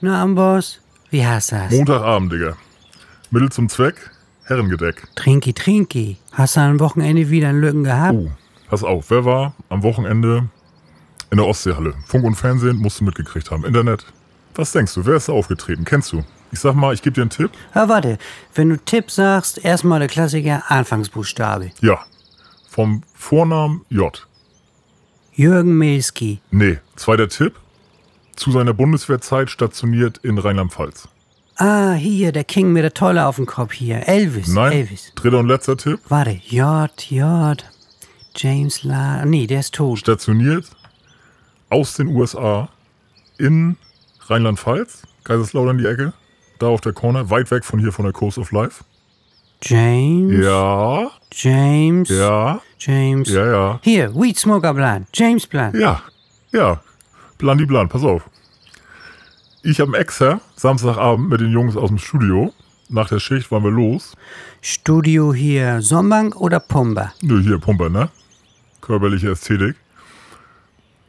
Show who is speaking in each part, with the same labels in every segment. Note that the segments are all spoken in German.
Speaker 1: Na, Amboss, wie hast das?
Speaker 2: Montagabend, Digga. Mittel zum Zweck, Herrengedeck.
Speaker 1: Trinki, trinki. Hast du am Wochenende wieder einen Lücken gehabt?
Speaker 2: Oh, pass auf, wer war am Wochenende in der Ostseehalle? Funk und Fernsehen musst du mitgekriegt haben. Internet. Was denkst du, wer ist da aufgetreten? Kennst du? Ich sag mal, ich gebe dir einen Tipp.
Speaker 1: Ja, warte, wenn du Tipp sagst, erstmal der Klassiker Anfangsbuchstabe.
Speaker 2: Ja. Vom Vornamen J.
Speaker 1: Jürgen Milski.
Speaker 2: Nee, zweiter Tipp. Zu seiner Bundeswehrzeit stationiert in Rheinland-Pfalz.
Speaker 1: Ah, hier, der King mit der Tolle auf dem Kopf hier. Elvis,
Speaker 2: Nein,
Speaker 1: Elvis.
Speaker 2: dritter und letzter Tipp.
Speaker 1: Warte, J, J. James La. Nee, der ist tot.
Speaker 2: Stationiert aus den USA in Rheinland-Pfalz, Kaiserslautern die Ecke, da auf der Corner, weit weg von hier von der Coast of Life.
Speaker 1: James.
Speaker 2: Ja,
Speaker 1: James.
Speaker 2: ja,
Speaker 1: James.
Speaker 2: ja, ja,
Speaker 1: Hier, Weed Smoker Plan. James Plan.
Speaker 2: ja, ja. Plan die Plan, pass auf. Ich am Exer, Samstagabend mit den Jungs aus dem Studio. Nach der Schicht waren wir los.
Speaker 1: Studio hier, Sonnenbank oder Pumba?
Speaker 2: Nö, hier Pumper, ne? Körperliche Ästhetik.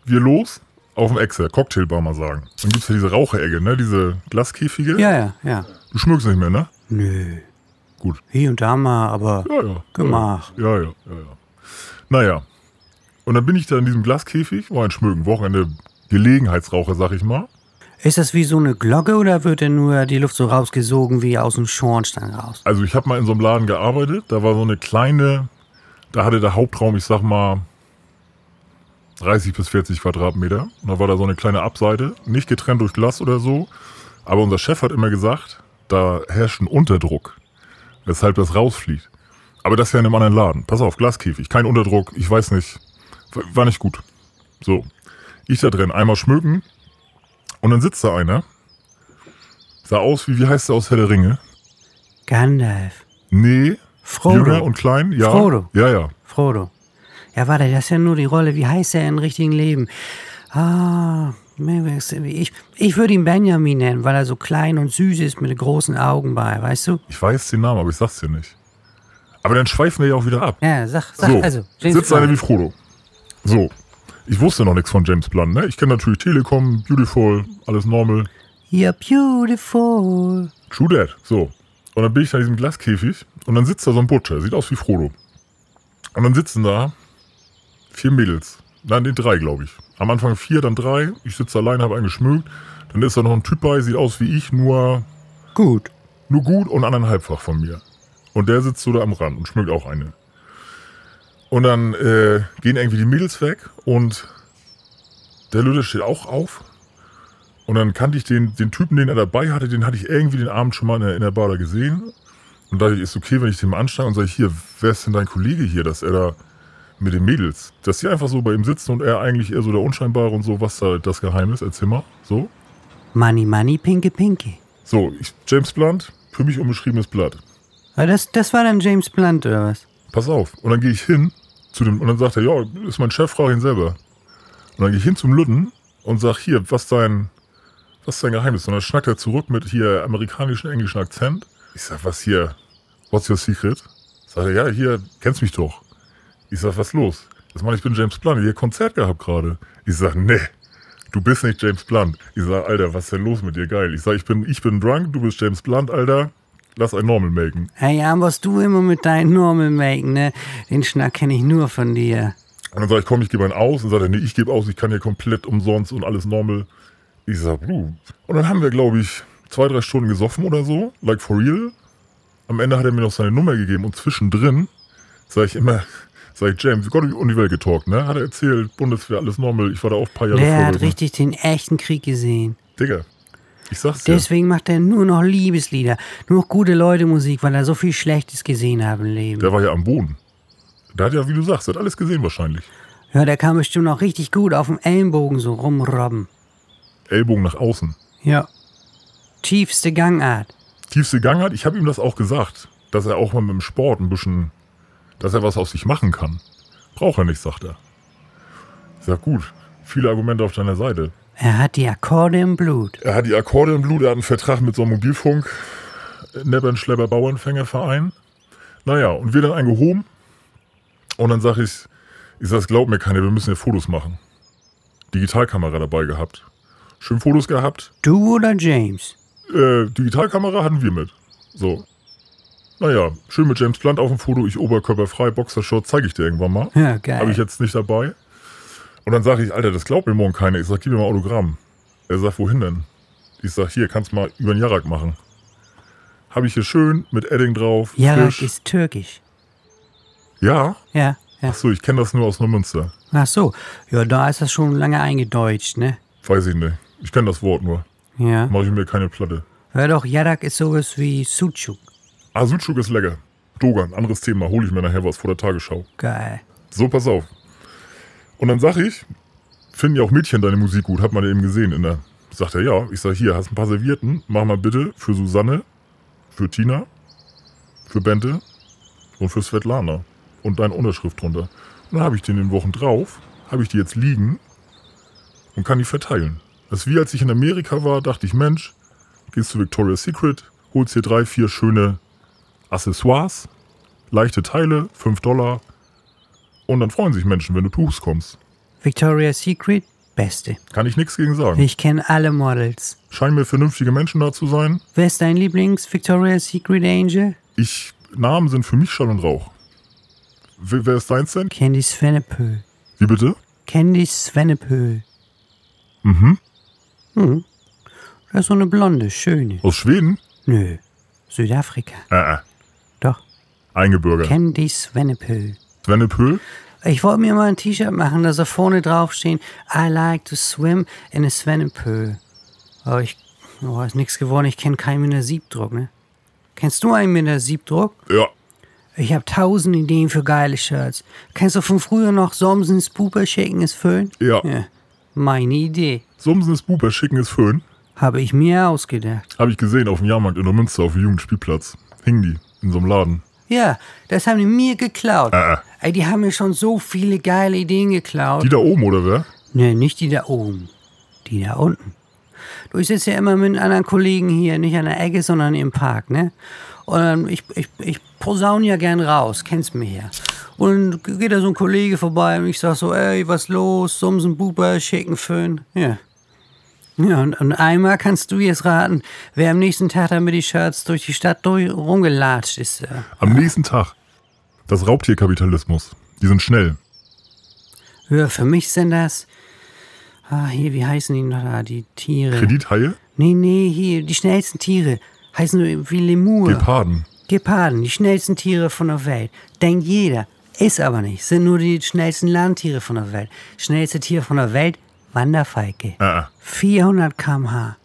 Speaker 2: Wir los auf dem Exer, Cocktailbar mal sagen. Dann gibt's ja diese Raucherecke, ne? Diese Glaskäfige.
Speaker 1: Ja, ja, ja.
Speaker 2: Du schmückst nicht mehr, ne?
Speaker 1: Nö.
Speaker 2: Gut.
Speaker 1: Hier und da mal, aber
Speaker 2: Ja, ja.
Speaker 1: gemacht.
Speaker 2: Ja, ja, ja, ja. Naja. Und dann bin ich da in diesem Glaskäfig, war ein Schmücken, Wochenende Gelegenheitsraucher, sag ich mal.
Speaker 1: Ist das wie so eine Glocke oder wird denn nur die Luft so rausgesogen wie aus dem Schornstein raus?
Speaker 2: Also ich habe mal in so einem Laden gearbeitet, da war so eine kleine, da hatte der Hauptraum, ich sag mal, 30 bis 40 Quadratmeter. Und da war da so eine kleine Abseite, nicht getrennt durch Glas oder so. Aber unser Chef hat immer gesagt, da herrscht ein Unterdruck, weshalb das rausfliegt. Aber das ist ja in einem anderen Laden. Pass auf, Glaskäfig, kein Unterdruck, ich weiß nicht, war- war nicht gut. So, ich da drin, einmal schmücken und dann sitzt da einer. Sah aus wie, wie heißt der aus Herr der Ringe?
Speaker 1: Gandalf.
Speaker 2: Nee,
Speaker 1: Frodo.
Speaker 2: Jünger und klein, ja.
Speaker 1: Frodo.
Speaker 2: Ja, ja.
Speaker 1: Frodo. Ja, warte, das ist ja nur die Rolle. Wie heißt er im richtigen Leben? Ah, ich, ich würde ihn Benjamin nennen, weil er so klein und süß ist mit den großen Augen bei, weißt du?
Speaker 2: Ich weiß den Namen, aber ich sag's dir nicht. Aber dann schweifen wir ja auch wieder ab.
Speaker 1: Ja, sag, sag
Speaker 2: so,
Speaker 1: also. James
Speaker 2: sitzt einer
Speaker 1: Bond.
Speaker 2: wie Frodo. So, ich wusste noch nichts von James Blunt, ne? Ich kenne natürlich Telekom, Beautiful, alles normal.
Speaker 1: You're beautiful.
Speaker 2: True Dad. So. Und dann bin ich da in diesem Glaskäfig und dann sitzt da so ein Butcher, sieht aus wie Frodo. Und dann sitzen da vier Mädels. Nein, nee, drei, glaube ich. Am Anfang vier, dann drei. Ich sitze allein, habe einen geschmückt. Dann ist da noch ein Typ bei, sieht aus wie ich, nur
Speaker 1: Gut.
Speaker 2: Nur gut und anderthalbfach von mir. Und der sitzt so da am Rand und schmückt auch eine. Und dann äh, gehen irgendwie die Mädels weg und der Lüde steht auch auf. Und dann kannte ich den, den Typen, den er dabei hatte, den hatte ich irgendwie den Abend schon mal in der, in der Bar da gesehen. Und dachte ich, ist okay, wenn ich den mal ansteige und sage, hier, wer ist denn dein Kollege hier, dass er da mit den Mädels, dass die einfach so bei ihm sitzen und er eigentlich eher so der Unscheinbare und so, was da das Geheimnis, erzähl mal, so.
Speaker 1: Money, money, pinke, pinke.
Speaker 2: So, ich, James Blunt, für mich unbeschriebenes Blatt.
Speaker 1: Ah, Das, das war dann James Blunt oder was?
Speaker 2: pass auf. Und dann gehe ich hin zu dem, und dann sagt er, ja, ist mein Chef, frage ihn selber. Und dann gehe ich hin zum Lütten und sag, hier, was dein, was ist dein Geheimnis? Und dann schnackt er zurück mit hier amerikanischen, englischen Akzent. Ich sag, was hier, what's your secret? Sagt er, ja, hier, kennst mich doch. Ich sag, was los? Das meine ich bin James Blunt, hier Konzert gehabt gerade. Ich sag, nee, du bist nicht James Blunt. Ich sag, Alter, was ist denn los mit dir? Geil. Ich sag, ich bin, ich bin drunk, du bist James Blunt, Alter. Lass ein Normal melken.
Speaker 1: Hey, Amboss, du immer mit deinen Normal Maken, ne? Den Schnack kenne ich nur von dir.
Speaker 2: Und dann sage ich, komm, ich gebe einen aus. Und sagt er, nee, ich gebe aus, ich kann hier komplett umsonst und alles normal. Ich sag, uh. Und dann haben wir, glaube ich, zwei, drei Stunden gesoffen oder so, like for real. Am Ende hat er mir noch seine Nummer gegeben und zwischendrin sage ich immer, sage ich, James, Gott und die Welt getalkt, ne? Hat er erzählt, Bundeswehr, alles normal. Ich war da auch ein paar Jahre
Speaker 1: Der hat
Speaker 2: vorher.
Speaker 1: richtig den echten Krieg gesehen.
Speaker 2: Digga, ich sag's dir.
Speaker 1: Deswegen macht er nur noch Liebeslieder, nur noch gute Leute Musik, weil er so viel Schlechtes gesehen hat im Leben.
Speaker 2: Der war ja am Boden. Der hat ja, wie du sagst, der hat alles gesehen wahrscheinlich.
Speaker 1: Ja, der kann bestimmt noch richtig gut auf dem Ellenbogen so rumrobben.
Speaker 2: Ellbogen nach außen.
Speaker 1: Ja. Tiefste Gangart.
Speaker 2: tiefste Gangart. Ich habe ihm das auch gesagt, dass er auch mal mit dem Sport ein bisschen, dass er was aus sich machen kann. Braucht er nicht, sagt er. Ich sag, gut, viele Argumente auf deiner Seite.
Speaker 1: Er hat die Akkorde im Blut.
Speaker 2: Er hat die Akkorde im Blut, er hat einen Vertrag mit so einem Mobilfunk, äh, Neppern Schlepper Bauernfängerverein. Naja, und wir dann eingehoben. Und dann sag ich, ich sag, glaub mir keiner, wir müssen ja Fotos machen. Digitalkamera dabei gehabt. schön Fotos gehabt.
Speaker 1: Du oder James?
Speaker 2: Äh, Digitalkamera hatten wir mit. So. Naja, schön mit James Blunt auf dem Foto, ich oberkörperfrei, Boxershort, zeige ich dir irgendwann mal.
Speaker 1: Ja,
Speaker 2: Habe
Speaker 1: geil.
Speaker 2: ich jetzt nicht dabei. Und dann sage ich, Alter, das glaubt mir morgen keiner. Ich sag, gib mir mal Autogramm. Er sagt, wohin denn? Ich sag, hier, kannst mal über den Jarak machen. Habe ich hier schön mit Edding drauf.
Speaker 1: Yarak
Speaker 2: frisch.
Speaker 1: ist türkisch.
Speaker 2: ja?
Speaker 1: Ja, ja.
Speaker 2: Achso, ich kenne das nur aus Neumünster.
Speaker 1: Ach so. Ja, da ist das schon lange eingedeutscht, ne?
Speaker 2: Weiß ich nicht. Ich kenne das Wort nur.
Speaker 1: Ja.
Speaker 2: Mache ich mir keine Platte.
Speaker 1: Hör doch, Yarak ist sowas wie Sucuk.
Speaker 2: Ah, Sucuk ist lecker. Dogan, anderes Thema. Hole ich mir nachher was vor der Tagesschau.
Speaker 1: Geil.
Speaker 2: So, pass auf. Und dann sag ich, finden ja auch Mädchen deine Musik gut, hat man ja eben gesehen. In der, sagt er, ja. Ich sag, hier, hast ein paar Servietten, mach mal bitte für Susanne, für Tina, für Bente und für Svetlana. Und deine Unterschrift drunter. Und dann habe ich die in den Wochen drauf, habe ich die jetzt liegen und kann die verteilen. Das ist wie als ich in Amerika war, dachte ich, Mensch, gehst zu Victoria's Secret, holst hier drei, vier schöne Accessoires, leichte Teile, 5 Dollar, und dann freuen sich Menschen, wenn du Tuchs kommst.
Speaker 1: Victoria's Secret, beste.
Speaker 2: Kann ich nichts gegen sagen.
Speaker 1: Ich kenne alle Models.
Speaker 2: Scheinen mir vernünftige Menschen da zu sein.
Speaker 1: Wer ist dein Lieblings-Victoria's Secret Angel?
Speaker 2: Ich, Namen sind für mich Schall und Rauch. Wer, wer ist deins denn?
Speaker 1: Candy Svenepö.
Speaker 2: Wie bitte?
Speaker 1: Candy Svenepö. Mhm. Hm. Das ist so eine blonde, schöne.
Speaker 2: Aus Schweden?
Speaker 1: Nö. Südafrika.
Speaker 2: Äh, äh,
Speaker 1: Doch.
Speaker 2: Eingebürger.
Speaker 1: Candy Svenepö.
Speaker 2: Svennepöhl?
Speaker 1: Ich wollte mir mal ein T-Shirt machen, da soll vorne draufstehen, I like to swim in a swimming pool. Aber ich, oh, ist nix geworden, ich kenne keinen mit einer Siebdruck, ne? Kennst du einen mit einer Siebdruck?
Speaker 2: Ja.
Speaker 1: Ich habe tausend Ideen für geile Shirts. Kennst du von früher noch Somsens Puper schicken ist Föhn?
Speaker 2: Ja.
Speaker 1: ja. Meine Idee.
Speaker 2: Sumsen ist Buber, schicken ist Föhn.
Speaker 1: Habe ich mir ausgedacht.
Speaker 2: Habe ich gesehen auf dem Jahrmarkt in der Münster auf dem Jugendspielplatz. Hingen die in so einem Laden.
Speaker 1: Ja, das haben die mir geklaut.
Speaker 2: Äh, äh.
Speaker 1: Ey, die haben mir schon so viele geile Ideen geklaut.
Speaker 2: Die da oben, oder wer?
Speaker 1: Ne, nicht die da oben. Die da unten. Du, ich sitze ja immer mit anderen Kollegen hier, nicht an der Ecke, sondern im Park, ne? Und dann, ich, ich, ich posaune ja gern raus, kennst mich ja. Und geht da so ein Kollege vorbei und ich sag so, ey, was los, Sumsen, Buber, schicken Föhn, ja. Ja, und, und einmal kannst du jetzt raten, wer am nächsten Tag dann mit die Shirts durch die Stadt durch, rumgelatscht ist. äh.
Speaker 2: Am nächsten Tag. Das Raubtierkapitalismus. Die sind schnell.
Speaker 1: Ja, für mich sind das, ah, hier, wie heißen die noch da, die Tiere?
Speaker 2: Kredithaie?
Speaker 1: Nee, nee, hier, die schnellsten Tiere heißen so wie Lemur.
Speaker 2: Geparden.
Speaker 1: Geparden, die schnellsten Tiere von der Welt. Denkt jeder. Ist aber nicht. Sind nur die schnellsten Landtiere von der Welt. Schnellste Tier von der Welt, Wanderfalke.
Speaker 2: Äh, äh.
Speaker 1: 400 km/h.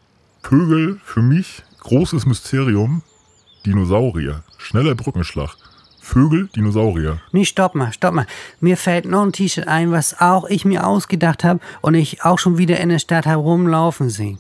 Speaker 2: Pögel für mich großes Mysterium. Dinosaurier. Schneller Brückenschlag. Vögel, Dinosaurier.
Speaker 1: Nee, stopp mal, stopp mal. Mir fällt noch ein T-Shirt ein, was auch ich mir ausgedacht habe und ich auch schon wieder in der Stadt herumlaufen sehe.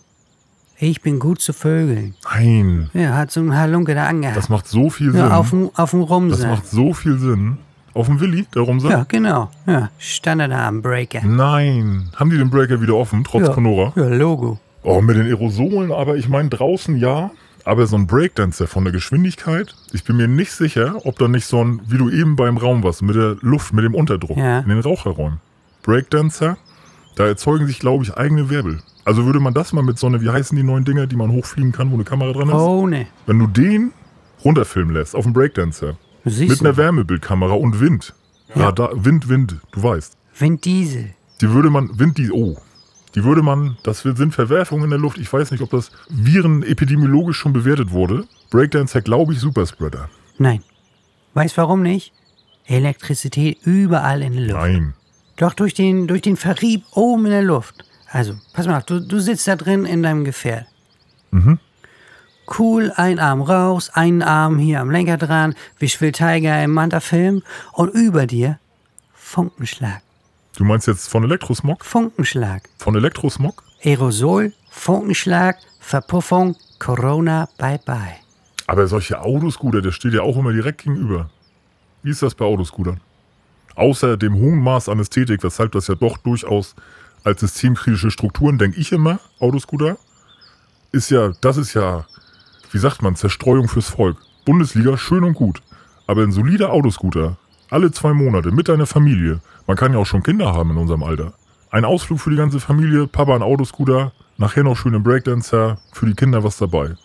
Speaker 1: Ich bin gut zu Vögeln.
Speaker 2: Nein.
Speaker 1: Ja, hat so ein Halunke da angehabt.
Speaker 2: Das macht so viel Sinn.
Speaker 1: ja, auf dem, auf dem
Speaker 2: das
Speaker 1: Rumsen.
Speaker 2: macht so viel Sinn. Auf dem Willi, der rumsagt?
Speaker 1: Ja, genau. Ja, Standardarm, Breaker.
Speaker 2: Nein. Haben die den Breaker wieder offen, trotz
Speaker 1: Ja.
Speaker 2: Conora?
Speaker 1: Ja, Logo.
Speaker 2: Oh, mit den Aerosolen, aber ich meine draußen ja. Aber so ein Breakdancer von der Geschwindigkeit, ich bin mir nicht sicher, ob da nicht so ein, wie du eben beim Raum warst, mit der Luft, mit dem Unterdruck
Speaker 1: Ja.
Speaker 2: in den Raucherräumen. Breakdancer, da erzeugen sich, glaube ich, eigene Wirbel. Also würde man das mal mit so einer, wie heißen die neuen Dinger, die man hochfliegen kann, wo eine Kamera dran ist?
Speaker 1: Ohne.
Speaker 2: Wenn du den runterfilmen lässt, auf dem Breakdancer, mit
Speaker 1: Siehst
Speaker 2: einer
Speaker 1: du?
Speaker 2: Wärmebildkamera und Wind. Radar, Wind, Wind, du weißt.
Speaker 1: Wind Diesel.
Speaker 2: Die würde man, Wind, die, oh, die würde man, das sind Verwerfungen in der Luft. Ich weiß nicht, ob das Viren epidemiologisch schon bewertet wurde. Breakdancer glaube ich Superspreader.
Speaker 1: Nein. Weißt warum nicht? Elektrizität überall in der Luft.
Speaker 2: Nein.
Speaker 1: Doch durch den, durch den Verrieb oben in der Luft. Also, pass mal auf, du, du sitzt da drin in deinem Gefährt.
Speaker 2: Mhm.
Speaker 1: Cool, ein Arm raus, einen Arm hier am Lenker dran, wie Schwill Tiger im Manta-Film und über dir Funkenschlag.
Speaker 2: Du meinst jetzt von Elektrosmog?
Speaker 1: Funkenschlag.
Speaker 2: Von Elektrosmog?
Speaker 1: Aerosol, Funkenschlag, Verpuffung, Corona, bye-bye.
Speaker 2: Aber solche Autoscooter, der steht ja auch immer direkt gegenüber. Wie ist das bei Autoscootern? Außer dem hohen Maß an Ästhetik, weshalb das ja doch durchaus als systemkritische Strukturen, denke ich immer, Autoscooter, ist ja, das ist ja, wie sagt man, Zerstreuung fürs Volk. Bundesliga, schön und gut. Aber ein solider Autoscooter, alle zwei Monate, mit deiner Familie, man kann ja auch schon Kinder haben in unserem Alter, Ein Ausflug für die ganze Familie, Papa ein Autoscooter, nachher noch schöne Breakdancer, für die Kinder was dabei.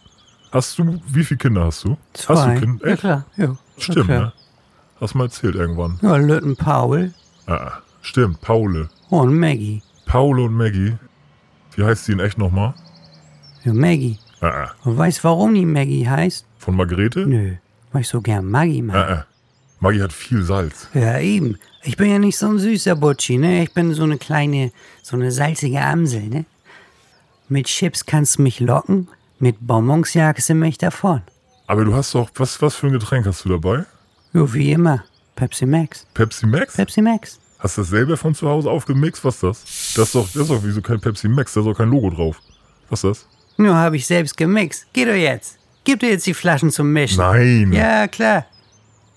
Speaker 2: Hast du, wie viele Kinder hast du? Hast du Kinder?
Speaker 1: Ja,
Speaker 2: Echt?
Speaker 1: klar. Ja,
Speaker 2: Stimmt,
Speaker 1: ja.
Speaker 2: ne? Hast mal erzählt irgendwann.
Speaker 1: Ja, Lötten Paul
Speaker 2: Ah, stimmt, Paule.
Speaker 1: und Maggie.
Speaker 2: Paule und Maggie. Wie heißt sie in echt nochmal?
Speaker 1: Ja, Maggie.
Speaker 2: Ah,
Speaker 1: Und weißt warum die Maggie heißt?
Speaker 2: von Margarete?
Speaker 1: Nö, weil ich so gern Maggie mag.
Speaker 2: Ah, ah. Maggie hat viel Salz.
Speaker 1: Ja, eben. Ich bin ja nicht so ein süßer Butschi, ne? Ich bin so eine kleine, so eine salzige Amsel, ne? Mit Chips kannst du mich locken, mit Bonbons jagst du mich davon.
Speaker 2: Aber du hast doch, was, was für ein Getränk hast du dabei?
Speaker 1: Jo, wie immer. Pepsi Max.
Speaker 2: Pepsi Max?
Speaker 1: Pepsi Max.
Speaker 2: Hast du das selber von zu Hause aufgemixt? Was ist das? Das ist doch, das ist doch wieso kein Pepsi Max, da ist doch kein Logo drauf. Was ist das?
Speaker 1: Nur habe ich selbst gemixt. Geh doch jetzt. Gib dir jetzt die Flaschen zum Mischen.
Speaker 2: Nein.
Speaker 1: Ja, klar.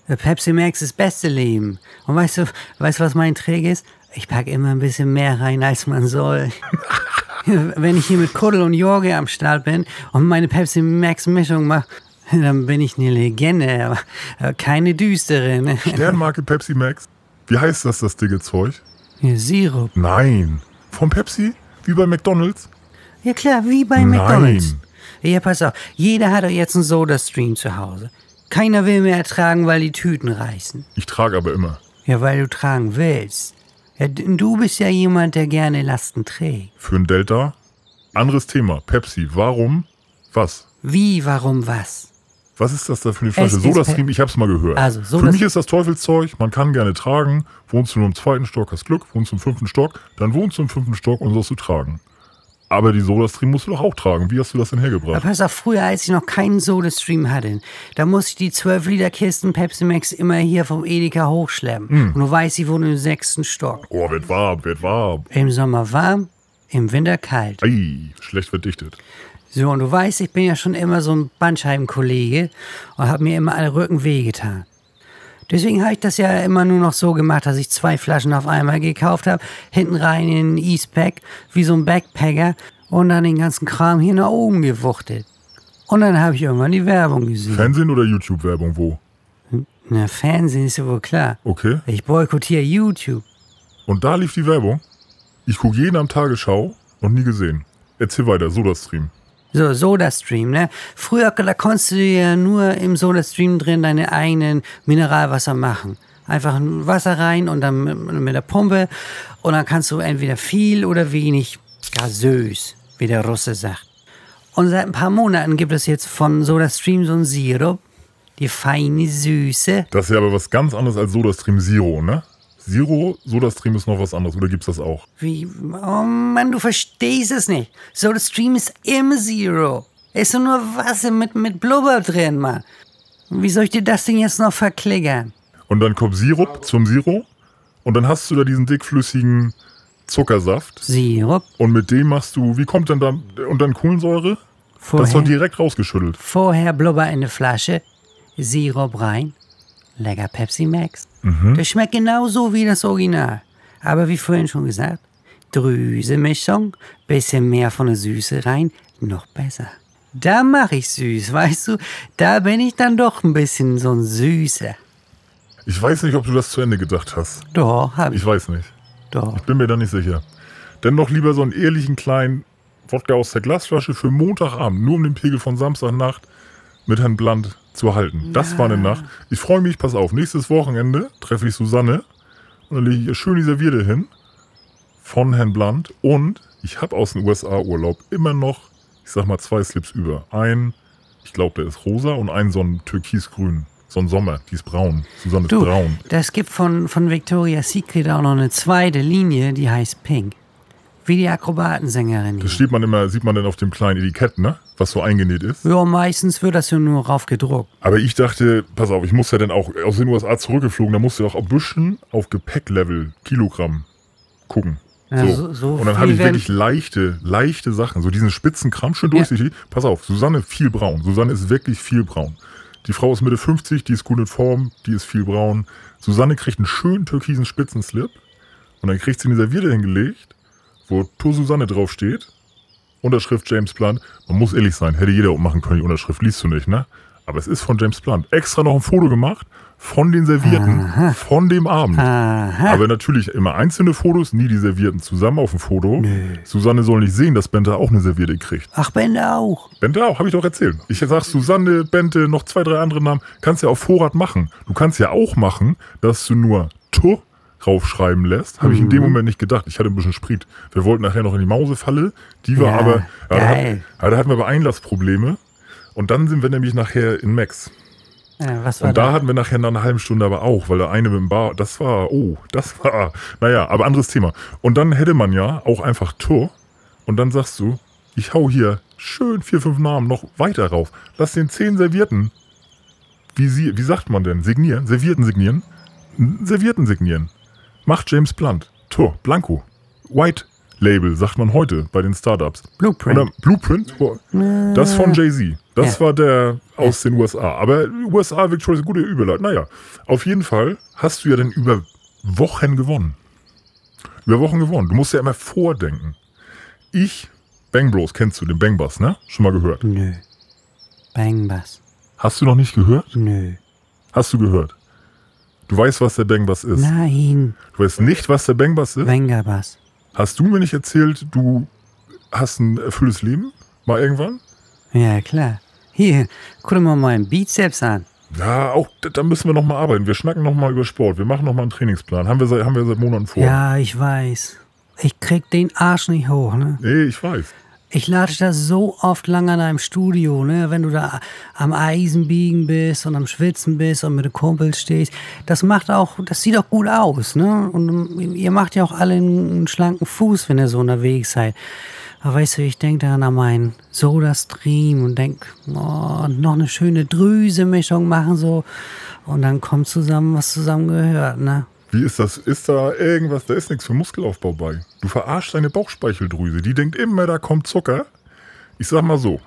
Speaker 1: Pepsi Max ist beste Leben. Und weißt du, weißt du, was mein Trick ist? Ich packe immer ein bisschen mehr rein, als man soll. Wenn ich hier mit Kuddel und Jorge am Start bin und meine Pepsi Max Mischung mache, dann bin ich eine Legende, aber- aber keine düstere. Ne?
Speaker 2: Sternmarke Pepsi Max? Wie heißt das, das dicke Zeug?
Speaker 1: Sirup.
Speaker 2: Nein. Vom Pepsi? Wie bei McDonalds?
Speaker 1: Ja klar, wie bei
Speaker 2: Nein.
Speaker 1: McDonalds. Ja, pass auf. Jeder hat doch jetzt einen Soda-Stream zu Hause. Keiner will mehr ertragen, weil die Tüten reißen.
Speaker 2: Ich trage aber immer.
Speaker 1: Ja, weil du tragen willst. Ja, d- du bist ja jemand, der gerne Lasten trägt.
Speaker 2: Für ein Delta? Anderes Thema. Pepsi. Warum? Was?
Speaker 1: Wie, warum, was?
Speaker 2: Was ist das da für eine Flasche?
Speaker 1: ist
Speaker 2: Sodastream, ich hab's mal gehört.
Speaker 1: Also,
Speaker 2: für
Speaker 1: Sodas-
Speaker 2: mich ist das Teufelszeug, man kann gerne tragen. Wohnst du nur im zweiten Stock, hast Glück. Wohnst du im fünften Stock, dann wohnst du im fünften Stock und sollst du tragen. Aber die Sodastream musst du doch auch tragen. Wie hast du das denn
Speaker 1: Ja,
Speaker 2: hergebracht?
Speaker 1: pass auf, früher, als ich noch keinen Soda-Stream hatte, da musste ich die 12-Liter-Kisten Pepsi Max immer hier vom Edeka hochschleppen. Und du weißt, ich wohne im sechsten Stock.
Speaker 2: Oh, wird warm, wird warm.
Speaker 1: Im Sommer warm, im Winter kalt.
Speaker 2: Ei, schlecht verdichtet.
Speaker 1: So, und du weißt, ich bin ja schon immer so ein Bandscheibenkollege und habe mir immer alle Rücken wehgetan. Deswegen habe ich das ja immer nur noch so gemacht, dass ich zwei Flaschen auf einmal gekauft habe, hinten rein in ein Eastpack, wie so ein Backpacker und dann den ganzen Kram hier nach oben gewuchtet. Und dann habe ich irgendwann die Werbung gesehen.
Speaker 2: Fernsehen oder YouTube-Werbung wo?
Speaker 1: Na, Fernsehen ist ja wohl klar.
Speaker 2: Okay.
Speaker 1: Ich boykottiere YouTube.
Speaker 2: Und da lief die Werbung. Ich gucke jeden am Tagesschau und nie gesehen. Erzähl weiter, Sodastream.
Speaker 1: So, SodaStream, ne? Früher, da konntest du dir ja nur im SodaStream drin deine eigenen Mineralwasser machen. Einfach ein Wasser rein und dann mit, mit der Pumpe. Und dann kannst du entweder viel oder wenig gasös, wie der Russe sagt. Und seit ein paar Monaten gibt es jetzt von SodaStream so einen Sirup. Die feine Süße.
Speaker 2: Das ist ja aber was ganz anderes als Sodastream Zero, ne? Zero, Sodastream ist noch was anderes. Oder gibt's das auch?
Speaker 1: Wie, oh Mann, du verstehst es nicht. So, der Stream ist immer Zero. Ist doch nur Wasser mit, mit Blubber drin, Mann. Wie soll ich dir das Ding jetzt noch verklickern?
Speaker 2: Und dann kommt Sirup zum Siro. Und dann hast du da diesen dickflüssigen Zuckersaft.
Speaker 1: Sirup,
Speaker 2: Und mit dem machst du, wie kommt denn da, und dann Kohlensäure? Das ist doch
Speaker 1: vorher,
Speaker 2: direkt rausgeschüttelt.
Speaker 1: vorher Blubber in eine Flasche, Sirup rein, lecker Pepsi Max.
Speaker 2: Mhm.
Speaker 1: Das schmeckt genauso wie das Original. Aber wie vorhin schon gesagt, Drüsemischung, bisschen mehr von der Süße rein, noch besser. Da mache ich süß, weißt du? Da bin ich dann doch ein bisschen so ein Süßer.
Speaker 2: Ich weiß nicht, ob du das zu Ende gedacht hast.
Speaker 1: Doch, hab ich.
Speaker 2: Ich weiß nicht.
Speaker 1: Doch.
Speaker 2: Bin mir da nicht sicher. Dennoch lieber so einen ehrlichen kleinen Wodka aus der Glasflasche für Montagabend, nur um den Pegel von Samstagnacht mit Herrn Blunt zu halten. Das war eine Nacht. Ich freue mich, pass auf, nächstes Wochenende treffe ich Susanne und dann lege ich ihr schön die Serviette hin von Herrn Blunt und ich habe aus dem USA-Urlaub immer noch, ich sag mal, zwei Slips über. Ein, ich glaube, der ist rosa und einen so ein türkisgrün. So ein Sommer, die ist braun. Susanne ist
Speaker 1: Du,
Speaker 2: braun.
Speaker 1: das gibt von, von Victoria's Secret auch noch eine zweite Linie, die heißt Pink. Wie die Akrobatensängerin. hier.
Speaker 2: Das steht man immer, sieht man dann auf dem kleinen Etikett, ne? Was so eingenäht ist.
Speaker 1: Ja, meistens wird das ja nur raufgedruckt.
Speaker 2: Aber ich dachte, pass auf, ich muss ja dann auch aus den USA zurückgeflogen, da musst du doch ein bisschen auf Gepäcklevel, Kilogramm gucken.
Speaker 1: Ja,
Speaker 2: so.
Speaker 1: so- so
Speaker 2: und dann
Speaker 1: viel
Speaker 2: habe ich
Speaker 1: werden-
Speaker 2: wirklich leichte, leichte Sachen, so diesen spitzen Kram schön durchsichtig. Pass auf, Susanne viel braun. Susanne ist wirklich viel braun. Die Frau ist Mitte 50, die ist gut in Form, die ist viel braun. Susanne kriegt einen schönen türkisen Spitzenslip und dann kriegt sie eine Serviette hingelegt, wo Tour Susanne draufsteht Unterschrift James Blunt. Man muss ehrlich sein, hätte jeder machen können, die Unterschrift liest du nicht, ne? Aber es ist von James Blunt. Extra noch ein Foto gemacht von den Servierten, von dem Abend.
Speaker 1: Ah. Aha.
Speaker 2: Aber natürlich immer einzelne Fotos, nie die Servierten zusammen auf dem Foto. Susanne soll nicht sehen, dass Bente auch eine Serviette kriegt.
Speaker 1: Ach, Bände auch.
Speaker 2: Bente auch, habe ich doch erzählt. Ich sag Susanne, Bente, noch zwei, drei andere Namen. Kannst ja auf Vorrat machen. Du kannst ja auch machen, dass du nur Tu raufschreiben lässt. Habe ich in dem
Speaker 1: Mhm.
Speaker 2: Moment nicht gedacht. Ich hatte ein bisschen Sprit. Wir wollten nachher noch in die Mausefalle. Die war
Speaker 1: Ja,
Speaker 2: aber. Ja, da,
Speaker 1: geil.
Speaker 2: hat, ja, da hatten wir aber Einlassprobleme. Und dann sind wir nämlich nachher in Max.
Speaker 1: Ja, was war
Speaker 2: Und da
Speaker 1: da?
Speaker 2: hatten wir nachher nach einer halben Stunde aber auch, weil der eine mit dem Bar, das war, oh, das war, naja, aber anderes Thema. Und dann hätte man ja auch einfach Tour und dann sagst du, ich hau hier schön vier, fünf Namen noch weiter rauf. Lass den zehn Servierten, wie, sie, wie sagt man denn, signieren, Servierten signieren, N- Servierten signieren. Macht James Blunt, Tour, Blanco, White Label, sagt man heute bei den Startups.
Speaker 1: Blueprint.
Speaker 2: Oder Blueprint? Das von Jay-Z. Das
Speaker 1: Ja.
Speaker 2: war der aus den USA. Aber USA, Victoria, gute Überleitung. Naja, auf jeden Fall hast du ja dann über Wochen gewonnen. Über Wochen gewonnen. Du musst ja immer vordenken. Ich, Bang Bros, kennst du den Bang Bass, ne? Schon mal gehört.
Speaker 1: Nö. Bang Bass.
Speaker 2: Hast du noch nicht gehört?
Speaker 1: Nö.
Speaker 2: Hast du gehört? Du weißt, was der Bang Bass ist.
Speaker 1: Nein.
Speaker 2: Du weißt nicht, was der Bang Bass ist.
Speaker 1: Banger Bass.
Speaker 2: Hast du mir nicht erzählt, du hast ein erfülltes Leben? Mal irgendwann?
Speaker 1: Ja, klar. Hier, guck dir mal meinen Bizeps an.
Speaker 2: Ja, auch d- da müssen wir noch mal arbeiten. Wir schnacken noch mal über Sport. Wir machen noch mal einen Trainingsplan. Haben wir seit, haben wir seit Monaten vor.
Speaker 1: Ja, ich weiß. Ich krieg den Arsch nicht hoch, ne?
Speaker 2: Nee, ich weiß.
Speaker 1: Ich latsche das so oft lang an einem Studio, ne? Wenn du da am Eisenbiegen bist und am Schwitzen bist und mit den Kumpels stehst. Das macht auch, das sieht auch gut aus, ne? Und ihr macht ja auch alle einen, einen schlanken Fuß, wenn ihr so unterwegs seid. Aber weißt du, ich denke dann an meinen Soda-Stream und denk, oh, noch eine schöne Drüse-Mischung machen so. Und dann kommt zusammen, was zusammengehört, ne?
Speaker 2: Wie ist das? Ist da irgendwas? Da ist nichts für Muskelaufbau bei. Du verarschst deine Bauchspeicheldrüse. Die denkt immer, da kommt Zucker. Ich sag mal so.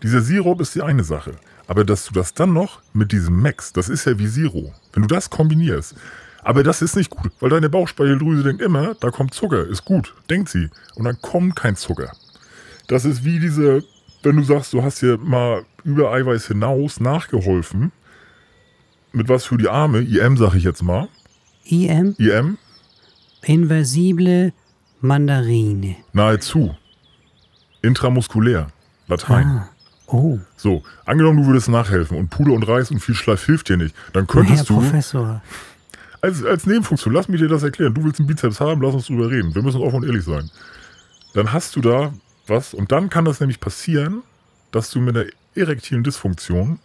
Speaker 2: Dieser Sirup ist die eine Sache. Aber dass du das dann noch mit diesem Max, das ist ja wie Siro. Wenn du das kombinierst. Aber das ist nicht gut, weil deine Bauchspeicheldrüse denkt immer, da kommt Zucker, ist gut, denkt sie. Und dann kommt kein Zucker. Das ist wie diese, wenn du sagst, du hast hier mal über Eiweiß hinaus nachgeholfen. Mit was für die Arme, IM sag ich jetzt mal.
Speaker 1: IM,
Speaker 2: IM,
Speaker 1: inversible Mandarine.
Speaker 2: Nahezu. Intramuskulär. Latein.
Speaker 1: Oh,
Speaker 2: So, angenommen, du würdest nachhelfen und Puder und Reis und viel Schleif hilft dir nicht. Dann
Speaker 1: Herr
Speaker 2: könntest du,
Speaker 1: Professor.
Speaker 2: als, als Nebenfunktion, lass mich dir das erklären. Du willst einen Bizeps haben, lass uns drüber reden. Wir müssen offen und ehrlich sein. Dann hast du da was und dann kann das nämlich passieren, dass du mit einer erektilen Dysfunktion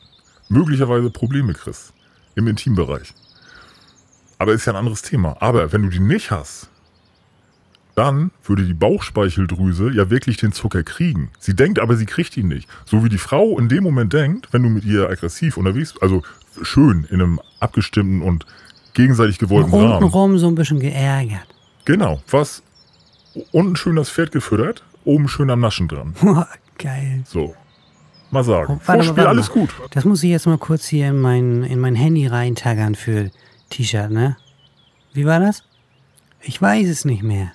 Speaker 2: möglicherweise Probleme kriegst. Im Intimbereich. Aber ist ja ein anderes Thema. Aber wenn du die nicht hast, dann würde die Bauchspeicheldrüse ja wirklich den Zucker kriegen. Sie denkt aber, sie kriegt ihn nicht. So wie die Frau in dem Moment denkt, wenn du mit ihr aggressiv unterwegs bist, also schön in einem abgestimmten und gegenseitig gewollten Rahmen.
Speaker 1: Untenrum so ein bisschen geärgert.
Speaker 2: Genau, was unten schön das Pferd gefüttert, oben schön am Naschen dran.
Speaker 1: Geil.
Speaker 2: So. Mal sagen.
Speaker 1: Warte mal,
Speaker 2: Vorspiel,
Speaker 1: warte
Speaker 2: alles
Speaker 1: mal.
Speaker 2: gut.
Speaker 1: Das muss ich jetzt mal kurz hier in mein, in mein Handy reintaggern für T-Shirt, ne? Wie war das? Ich weiß es nicht mehr.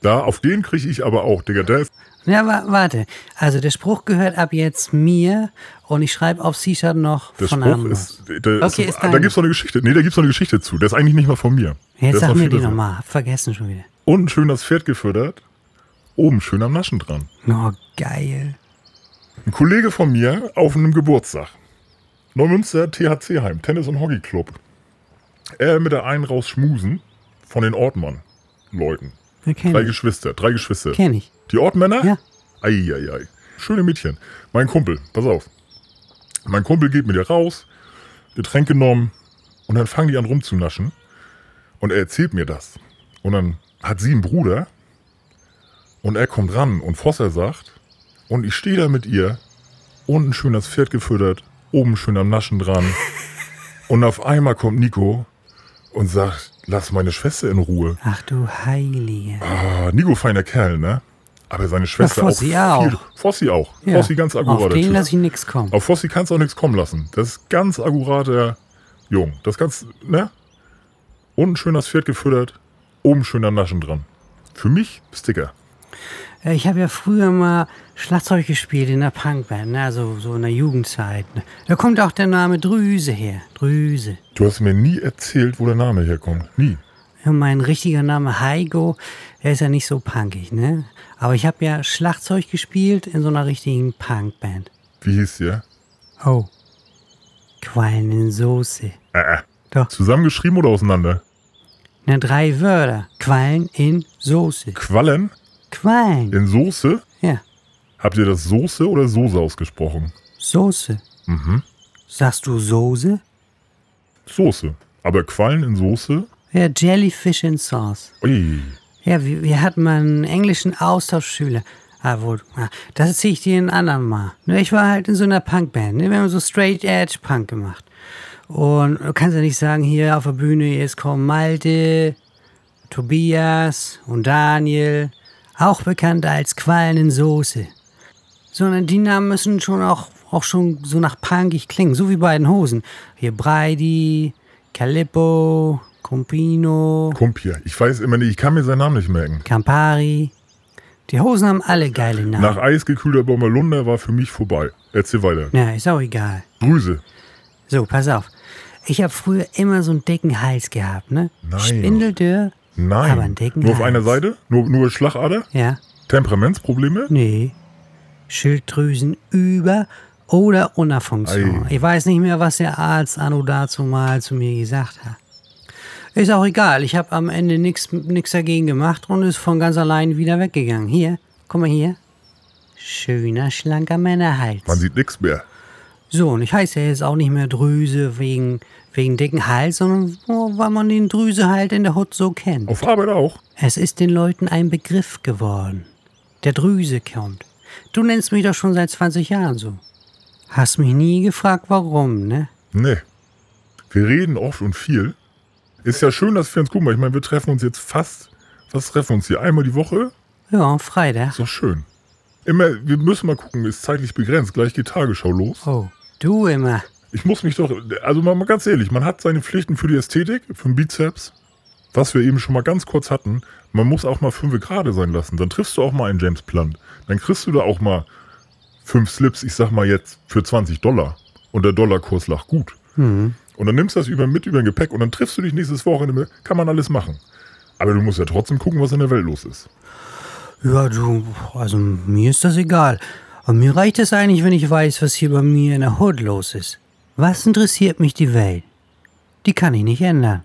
Speaker 2: Da, auf den kriege ich aber auch, Digga. Der ist
Speaker 1: Ja, wa warte. Also der Spruch gehört ab jetzt mir und ich schreibe aufs T-Shirt noch
Speaker 2: Der
Speaker 1: von
Speaker 2: Spruch
Speaker 1: Amos.
Speaker 2: ist, der
Speaker 1: Okay,
Speaker 2: ist,
Speaker 1: ist
Speaker 2: da
Speaker 1: dein.
Speaker 2: gibt's noch eine Geschichte. Nee, da gibt's noch eine Geschichte zu. Der ist eigentlich nicht mal von mir. Der
Speaker 1: jetzt
Speaker 2: ist
Speaker 1: sag
Speaker 2: noch
Speaker 1: mir
Speaker 2: viel
Speaker 1: die
Speaker 2: besser.
Speaker 1: nochmal. Hab vergessen schon wieder.
Speaker 2: Unten schön das Pferd gefüttert, oben schön am Naschen dran.
Speaker 1: Oh, geil.
Speaker 2: Ein Kollege von mir auf einem Geburtstag. Neumünster THC-Heim, Tennis- und Hockey-Club. Er mit der einen raus schmusen von den Ortmann-Leuten.
Speaker 1: Wir
Speaker 2: Drei
Speaker 1: kennen ich.
Speaker 2: Geschwister, drei Geschwister.
Speaker 1: Kenn ich.
Speaker 2: Die Ortmänner?
Speaker 1: Ja.
Speaker 2: Eieiei. Schöne Mädchen. Mein Kumpel, pass auf. Mein Kumpel geht mit ihr raus, Getränk genommen und dann fangen die an rumzunaschen. Und er erzählt mir das. Und dann hat sie einen Bruder und er kommt ran und Vosser sagt, und ich stehe da mit ihr, unten schön das Pferd gefüttert, oben schön am Naschen dran. und auf einmal kommt Nico und sagt, lass meine Schwester in Ruhe.
Speaker 1: Ach du Heilige.
Speaker 2: Ah, Nico, feiner Kerl, ne? Aber seine Schwester
Speaker 1: Ja, Fossi
Speaker 2: auch.
Speaker 1: auch.
Speaker 2: Fossi auch.
Speaker 1: Ja.
Speaker 2: Fossi ganz
Speaker 1: Auf
Speaker 2: akkurat. der
Speaker 1: den
Speaker 2: Typ.
Speaker 1: lasse ich nix kommen.
Speaker 2: Auf Fossi kannst du auch nichts kommen lassen. Das ist ganz akkurater Jung. Das ganz, ne? Unten schön das Pferd gefüttert, oben schön am Naschen dran. Für mich Sticker.
Speaker 1: Äh, Ich habe ja früher mal Schlagzeug gespielt in der Punkband, ne? also so in der Jugendzeit. Ne? Da kommt auch der Name Drüse her. Drüse.
Speaker 2: Du hast mir nie erzählt, wo der Name herkommt. Nie.
Speaker 1: Ja, mein richtiger Name Heigo, der ist ja nicht so punkig, ne? Aber ich habe ja Schlagzeug gespielt in so einer richtigen Punkband.
Speaker 2: Wie hieß der?
Speaker 1: Oh. Quallen in Soße.
Speaker 2: Äh, äh.
Speaker 1: Doch.
Speaker 2: Zusammengeschrieben oder auseinander?
Speaker 1: Na, Ne, drei Wörter. Quallen in Soße.
Speaker 2: Quallen
Speaker 1: Quallen.
Speaker 2: in Soße?
Speaker 1: Ja.
Speaker 2: Habt ihr das Soße oder Soße ausgesprochen?
Speaker 1: Soße.
Speaker 2: Mhm.
Speaker 1: Sagst du Soße?
Speaker 2: Soße. Aber Quallen in Soße?
Speaker 1: Ja, Jellyfish in Sauce.
Speaker 2: Ui.
Speaker 1: Ja, wir, wir hatten mal einen englischen Austauschschüler. Ah, wohl. ah, Das erzähl ich dir einen anderen Mal. Ne, Ich war halt in so einer Punkband. ne? Wir haben so Straight Edge Punk gemacht. Und du kannst ja nicht sagen, hier auf der Bühne, jetzt kommen Malte, Tobias und Daniel, auch bekannt als Quallen in Soße. Sondern die Namen müssen schon auch, auch schon so nach punkig klingen, so wie bei den Hosen. Hier Breidi, Calippo, Compino.
Speaker 2: Kumpir. Ich weiß immer nicht, ich kann mir seinen Namen nicht merken.
Speaker 1: Campari. Die Hosen haben alle geile Namen.
Speaker 2: Nach eisgekühlter Bommelunder war für mich vorbei. Erzähl weiter.
Speaker 1: Na, ist auch egal.
Speaker 2: Grüße.
Speaker 1: So, pass auf. Ich habe früher immer so einen dicken Hals gehabt, ne?
Speaker 2: Nein. Hm.
Speaker 1: Spindeldürr.
Speaker 2: Nein.
Speaker 1: Aber einen dicken
Speaker 2: nur auf
Speaker 1: Hals.
Speaker 2: einer Seite? Nur, nur Schlagader?
Speaker 1: Ja.
Speaker 2: Temperamentsprobleme?
Speaker 1: Nee. Schilddrüsen über oder Unterfunktion.
Speaker 2: Ei.
Speaker 1: Ich weiß nicht mehr, was der Arzt anno dazu mal zu mir gesagt hat. Ist auch egal. Ich habe am Ende nichts dagegen gemacht und ist von ganz allein wieder weggegangen. Hier, guck mal hier. Schöner, schlanker Männerhals.
Speaker 2: Man sieht nichts mehr.
Speaker 1: So, und ich heiße ja jetzt auch nicht mehr Drüse wegen, wegen dicken Hals, sondern nur, weil man den Drüse halt in der Hut so kennt.
Speaker 2: Auf Arbeit auch.
Speaker 1: Es ist den Leuten ein Begriff geworden. Der Drüse kommt. Du nennst mich doch schon seit 20 Jahren so. Hast mich nie gefragt, warum, ne?
Speaker 2: Nee. Wir reden oft und viel. Ist ja schön, dass wir uns gucken. weil Ich meine, wir treffen uns jetzt fast. Was treffen wir uns hier? Einmal die Woche?
Speaker 1: Ja, Freitag.
Speaker 2: Ist doch schön. Immer, wir müssen mal gucken, ist zeitlich begrenzt. Gleich geht Tagesschau los.
Speaker 1: Oh, du immer.
Speaker 2: Ich muss mich doch, also mal, mal ganz ehrlich, man hat seine Pflichten für die Ästhetik, für den Bizeps, was wir eben schon mal ganz kurz hatten. Man muss auch mal fünf gerade sein lassen. Dann triffst du auch mal einen James Plant. Dann kriegst du da auch mal fünf Slips, ich sag mal jetzt, für 20 Dollar. Und der Dollarkurs lag gut. Und dann nimmst du das über, mit über den Gepäck und dann triffst du dich nächstes Wochenende. Kann man alles machen. Aber du musst ja trotzdem gucken, was in der Welt los ist.
Speaker 1: Ja, du, also mir ist das egal. Aber mir reicht es eigentlich, wenn ich weiß, was hier bei mir in der Hood los ist. Was interessiert mich die Welt? Die kann ich nicht ändern.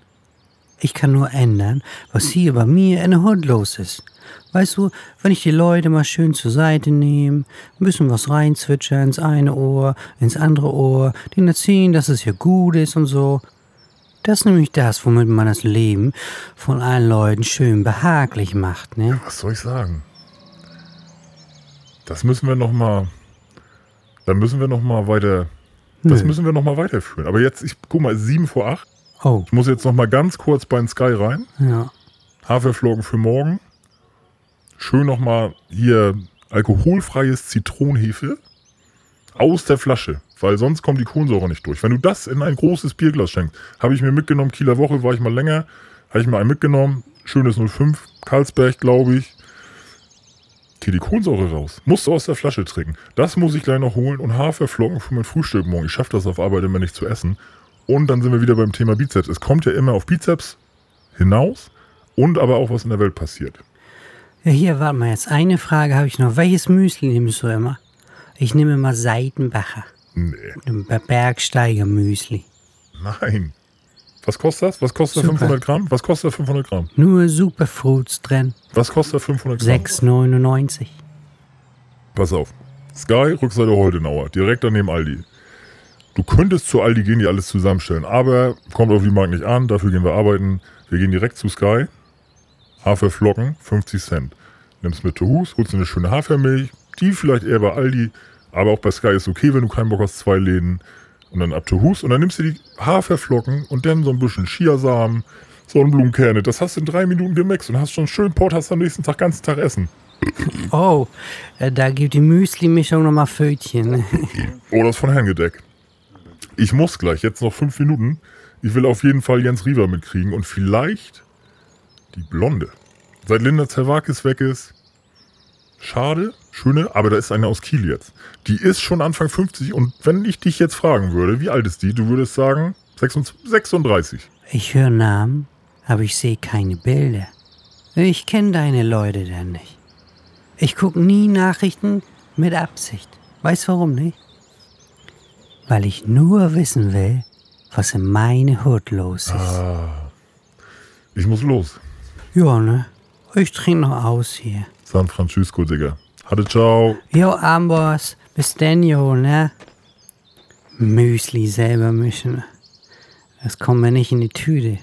Speaker 1: Ich kann nur ändern, was hier bei mir in der Hood los ist. Weißt du, wenn ich die Leute mal schön zur Seite nehme, ein bisschen was reinzwitschern ins eine Ohr, ins andere Ohr, denen erzählen, dass es hier gut ist und so. Das ist nämlich das, womit man das Leben von allen Leuten schön behaglich macht, ne?
Speaker 2: Was soll ich sagen? Das müssen wir noch mal. Da müssen wir noch mal weiter. Das
Speaker 1: Nö.
Speaker 2: müssen wir noch mal weiterführen. Aber jetzt, ich guck mal, es ist sieben vor acht.
Speaker 1: Oh,
Speaker 2: Ich muss jetzt noch mal ganz kurz bei den Sky rein.
Speaker 1: ja.
Speaker 2: Haferflocken für morgen. Schön noch mal hier alkoholfreies Zitronenhefe aus der Flasche, weil sonst kommt die Kohlensäure nicht durch. Wenn du das in ein großes Bierglas schenkst, habe ich mir mitgenommen. Kieler Woche war ich mal länger, habe ich mir einen mitgenommen. Schönes 05, Karlsberg, glaube ich. Geh die Kohlensäure raus. Musst du aus der Flasche trinken. Das muss ich gleich noch holen und Haferflocken für mein Frühstück morgen. Ich schaffe das auf Arbeit immer nicht zu essen. Und dann sind wir wieder beim Thema Bizeps. Es kommt ja immer auf Bizeps hinaus und aber auch, was in der Welt passiert.
Speaker 1: Ja, hier, warte mal, jetzt eine Frage habe ich noch. Welches Müsli nimmst du immer? Ich nehme immer Seidenbacher.
Speaker 2: Nee,
Speaker 1: Ein Ber- Bergsteiger-Müsli.
Speaker 2: nein. Was kostet das? Was kostet
Speaker 1: Super.
Speaker 2: 500 Gramm? Was kostet 500 Gramm?
Speaker 1: Nur Superfruits drin.
Speaker 2: Was kostet 500 Gramm?
Speaker 1: 6,99.
Speaker 2: Pass auf. Sky, Rückseite Holdenauer, direkt daneben Aldi. Du könntest zu Aldi gehen, die alles zusammenstellen, aber kommt auf die Markt nicht an, dafür gehen wir arbeiten. Wir gehen direkt zu Sky. Haferflocken, 50 Cent. Nimmst mit to Hus, holst dir eine schöne Hafermilch, die vielleicht eher bei Aldi, aber auch bei Sky ist okay, wenn du keinen Bock hast, zwei Läden. Und dann ab to Hus und dann nimmst du die Haferflocken und dann so ein bisschen Chiasamen, Sonnenblumenkerne. Das hast du in drei Minuten gemixt und hast schon schön Port, hast am nächsten Tag ganzen Tag Essen.
Speaker 1: Oh, äh, da gibt die Müsli-Mischung nochmal Fötchen.
Speaker 2: Oder Oh, ist von Herrn gedeckt. Ich muss gleich, jetzt noch fünf Minuten. Ich will auf jeden Fall Jens Riewer mitkriegen und vielleicht die Blonde. Seit Linda Zerwakis weg ist, Schade, schöne, aber da ist eine aus Kiel jetzt. Die ist schon Anfang 50 und wenn ich dich jetzt fragen würde, wie alt ist die, du würdest sagen 26 36.
Speaker 1: Ich höre Namen, aber ich sehe keine Bilder. Ich kenne deine Leute dann nicht. Ich gucke nie Nachrichten mit Absicht. Weißt warum nicht? Weil ich nur wissen will, was in meine Hut los ist.
Speaker 2: Ich muss los.
Speaker 1: Ja, ne? Ich trinke noch aus hier.
Speaker 2: San Francisco, Digga. Hatte, ciao.
Speaker 1: Jo, Amboss, bis denn, jo, ne? Müsli selber mischen. Das kommt mir nicht in die Tüte.